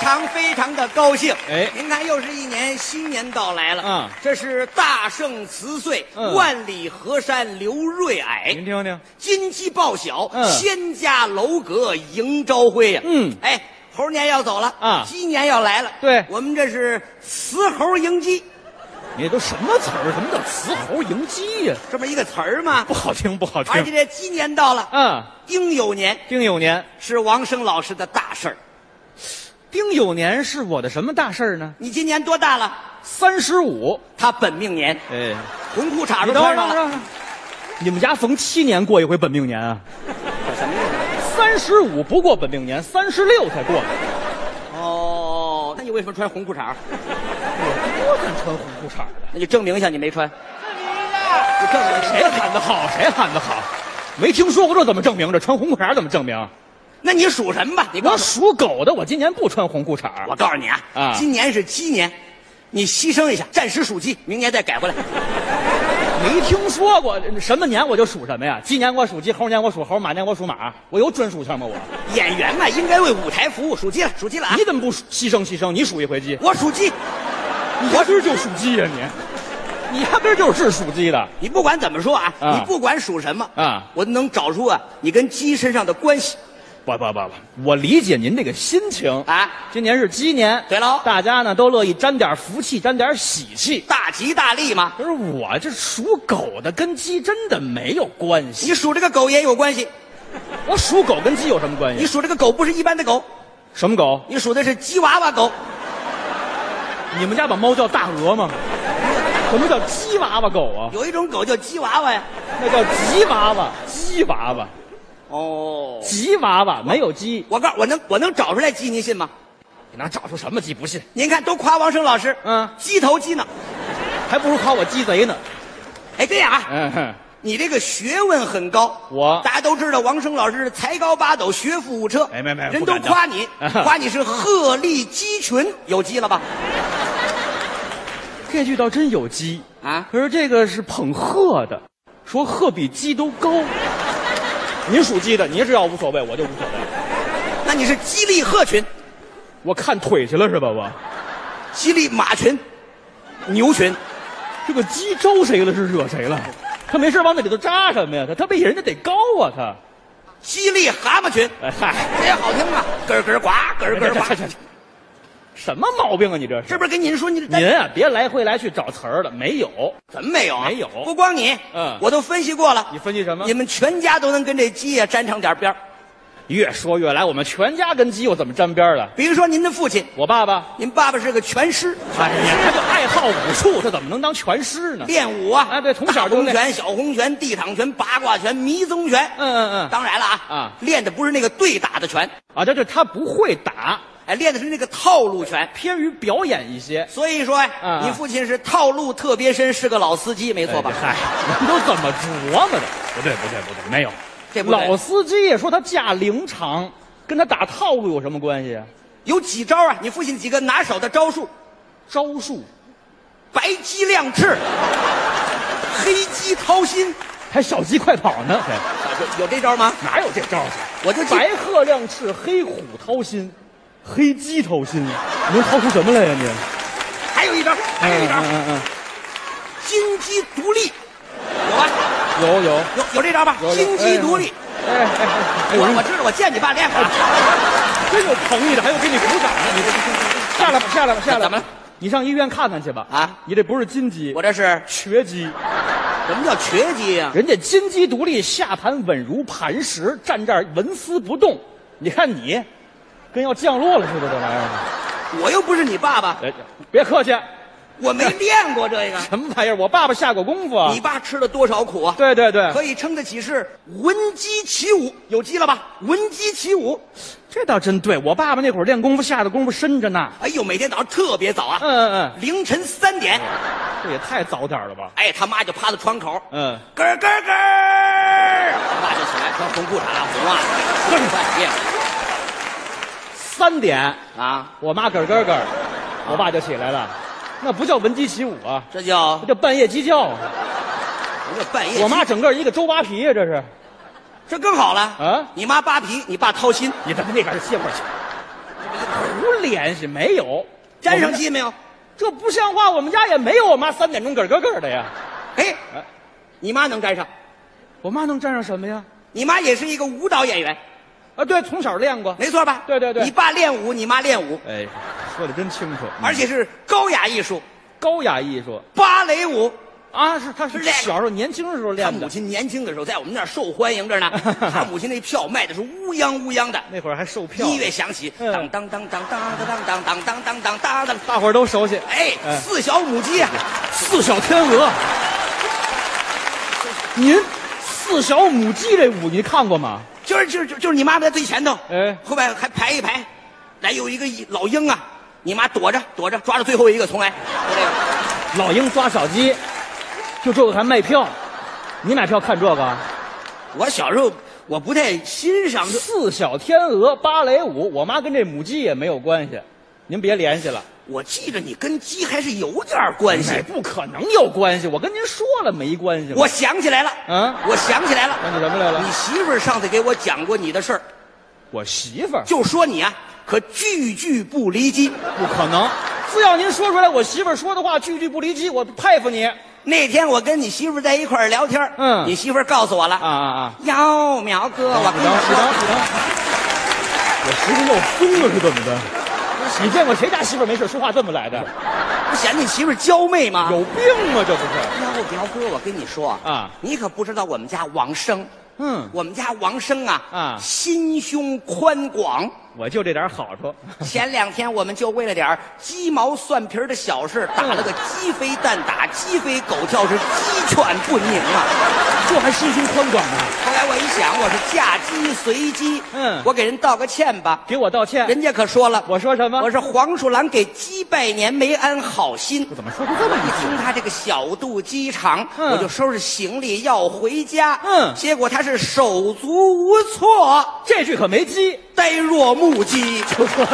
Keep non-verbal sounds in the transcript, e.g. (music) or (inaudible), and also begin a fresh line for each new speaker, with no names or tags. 常非常的高兴。
哎
您看，又是一年新年到来了
嗯
这是大圣辞岁，
嗯
万里河山刘瑞
您
霭，
听听，
金鸡报晓，
嗯
仙家楼阁迎朝晖呀。
嗯
哎，猴年要走了
啊
鸡年要来了。
对
我们这是雌猴迎鸡，
你都什么词儿？什么叫雌猴迎鸡呀、哎
这么一个词儿嘛
(laughs) 不。好听，不好
而且
听。
这鸡年到了，
嗯，
丁酉年
丁酉年，
是王生老师的大事儿。
丁酉年是我的什么大事儿呢？
你今年多大了？
三十五。
他本命年，
哎，
红裤衩
你
都
等会
穿
儿，等
上了。
会儿，等会儿。你们家逢七年过一回本命年啊？三十五不过本命年，三十六才过。
哦，那你为什么穿红裤衩？
我敢穿红裤衩的。
那就证明一下你没穿。
这证明谁喊的好？谁喊的好？没听说过这怎么证明？这穿红裤衩怎么证明？
那你属什么吧？你告
我
诉
属狗的，我今年不穿红裤衩。
我，我告诉你啊，
啊
今年是鸡年，你牺牲一下，暂时属鸡，明年再改回来。
没听说过什么年我就属什么呀？鸡年我属鸡，猴年我属猴，马年我属马，我有专属权吗？我
演员嘛，应该为舞台服务，属鸡了，属鸡了啊
你！怎么不牺牲牺牲？你属一回鸡，
我属鸡，
你压根儿就属鸡呀、你，你压根儿就是属鸡的。
你不管怎么说啊，
啊
你不管属什么
啊
我能找出啊你跟鸡身上的关系。
不不不不，我理解您这个心情
啊
今年是鸡年，
对喽
大家呢都乐意沾点福气，沾点喜气。
大吉大利嘛，
可是我这属狗的跟鸡真的没有关系，
你属这个狗也有关系，
我属狗跟鸡有什么关
你
系？
属这个狗不是一般的狗，
什么狗？
你属的是鸡娃娃狗。
你们家把猫叫大鹅吗？什么叫鸡娃娃狗啊？
有一种狗叫鸡娃娃呀。
那叫吉娃娃，鸡娃娃，
哦，
吉娃娃没有鸡，
我告我能我能找出来鸡，您信吗？
你哪找出什么鸡？不信，
您看，都夸王生老师，
嗯
鸡头鸡脑。
还不如夸我鸡贼呢。
哎，这样啊，
嗯哼，
你这个学问很高。
我
大家都知道，王生老师是才高八斗，学富五车。
哎没没
人
不
都
敢当，
夸你夸你是鹤立鸡群，有鸡了吧？
这句倒真有鸡
啊
可是这个是捧鹤的，说鹤比鸡都高。您属鸡的，您是要无所谓，我就无所谓。
那你是鸡立鹤群，
我看腿去了是吧？我
鸡立马群，牛群。
这个鸡招谁了是惹谁了？他没事往那里头扎什么呀？他他比人家得高啊他。
犀利蛤蟆群，
哎嗨，
这也好听啊，咯咯呱，咯咯呱，
什么毛病啊你这是？
这不是跟您说你
您啊，别来回来去找词儿了，没有。
怎么没有啊？
没有
不光你，
嗯
我都分析过了，
你分析什么
你？们全家都能跟这鸡呀沾上点边儿
越说越来，我们全家跟鸡又怎么沾边了？
比如说您的父亲，
我爸爸，
您爸爸是个拳师，
哎呀，他就爱好武术，他怎么能当拳师呢？
练武啊，
哎对从小
大
就
洪
练
拳、小洪拳、地躺拳、八卦拳、迷踪拳。
嗯嗯嗯
当然了啊，
啊
练的不是那个对打的拳，
啊，这就他不会打，
哎，练的是那个套路拳。
偏于表演一些，
所以说呀、哎
嗯嗯哎
你父亲是套路特别深，是个老司机，没错吧？
嗨，你们都怎么琢磨的？不对，不对，不对，没有。
这不对
老司机也说他驾灵长，跟他打套路有什么关系啊？
有几招啊？你父亲几个拿手的招数？
招数，
白鸡亮
(laughs)
翅，黑鸡掏心，
还小鸡快跑呢，
有这招吗？
哪有这招去？
我就记
白鹤亮翅，黑虎掏心，黑鸡掏心，能掏出什么来呀、您？
还有一招，还有一招，
嗯嗯
金鸡独立，有吧？
嗯，有有
有有这招吧？
有有
金鸡独立，
哎哎哎，
我我知道，我见你爸练过。
真有诚意的，还有给你鼓掌的，哎你这下来吧，下来吧，下来吧。
怎么了？
你上医院看看去吧。
啊，
你这不是金鸡，
我这是
瘸鸡。
什么叫瘸鸡呀？
人家金鸡独立，下盘稳如磐石，站这儿纹丝不动。你看你，跟要降落了似的，这玩意儿。
我又不是你爸爸，
哎别客气，
我没练过这个。
什么玩意儿？我爸爸下过功夫啊
你。爸吃了多少苦啊？
对对对，
可以称得起是闻鸡起舞，有鸡了吧？闻鸡起舞，
这倒真对，我爸爸那会儿练功夫下的功夫深着呢。
哎呦，每天早上特别早啊，
嗯嗯
凌晨三点，
嗯，这也太早点了吧？
哎，他妈就趴在窗口，
嗯，
咯咯咯儿，我爸就起来穿红裤衩、红袜子，
嗯
各种半夜
三点，
啊，
我妈咯咯咯，我爸就起来了，那不叫闻鸡起舞啊，
这叫
那叫半夜鸡叫啊。
这叫半夜。
我妈整个一个周扒皮呀、这是。
这更好了
啊
你妈扒皮，你爸掏心，
你到那边歇会儿去。胡脸是没有，
粘
我
上
们
漆没有？
这不像话，我们家也没有我妈三点钟咯咯咯的呀。
哎
哎，
你妈能粘上？
我妈能沾上什么呀？
你妈也是一个舞蹈演员，
啊，对，从小练过。
没错吧？
对对对
你爸练舞，你妈练舞，
哎，说的真清楚，
而且是高雅艺术，
高雅艺术
芭蕾舞。
啊，是他是
是练
小时候年轻的时候
他
练
母
的，
亲年轻的时候，在我们那儿受欢迎着呢。他母亲那票卖的是乌泱乌泱的，
那会儿还售票，
音乐响起，
嗯
当当当当当当当当当当当当当，
大伙儿都熟悉。
哎
嗯，
四小母鸡啊，
四小天鹅，您四小母鸡这舞您看过吗？
就是就是就是就是你妈在最前头，
哎
后边还排一排，来有一个老鹰啊，你妈躲着躲着，抓着最后一个重来，就这个
老鹰抓小鸡，就这个还卖票，你买票看这个？
我小时候我不太欣赏这，
四小天鹅芭蕾舞，我妈跟这母鸡也没有关系，您别联系了。
我记着你跟鸡还是有点关系
哎，。不可能有关系，我跟您说了没关系嘛。
我想起来了，
嗯
我想起来了，
想起什么来了
你媳妇儿上次给我讲过你的事儿，
我媳妇儿
就说你啊，可句句不离鸡。
不可能，只要您说出来我媳妇儿说的话句句不离鸡，我佩服你。啊
那天我跟你媳妇儿在一块儿聊天儿，
嗯
你媳妇儿告诉我了，
啊啊
哟，苗哥，
啊！
我跟你说，
不能！我媳妇要疯了是怎么的？你见过谁家媳妇儿没事说话这么来的？
不嫌你媳妇儿娇媚吗？
有病吗？这不是？
哟，苗哥，我跟你说
啊
你可不知道我们家王生，
嗯，
我们家王生啊，
啊
心胸宽
(laughs)
广。
我就这点好处。
前两天我们就为了点儿鸡毛蒜皮儿的小事，
嗯
打了个鸡飞蛋打，鸡飞狗跳，是鸡犬不宁啊！
这还心胸宽广呢，
后来我一想，我是嫁鸡随鸡，
嗯
我给人道个歉吧。
给我道歉。
人家可说了，
我说什么？
我是黄鼠狼给鸡拜年没安好心。
我怎么说出这么一
一
句？
听他这个小肚鸡肠，
嗯
我就收拾行李要回家。
嗯
结果他是手足无措，
这句可没鸡。
呆若木鸡。
不错，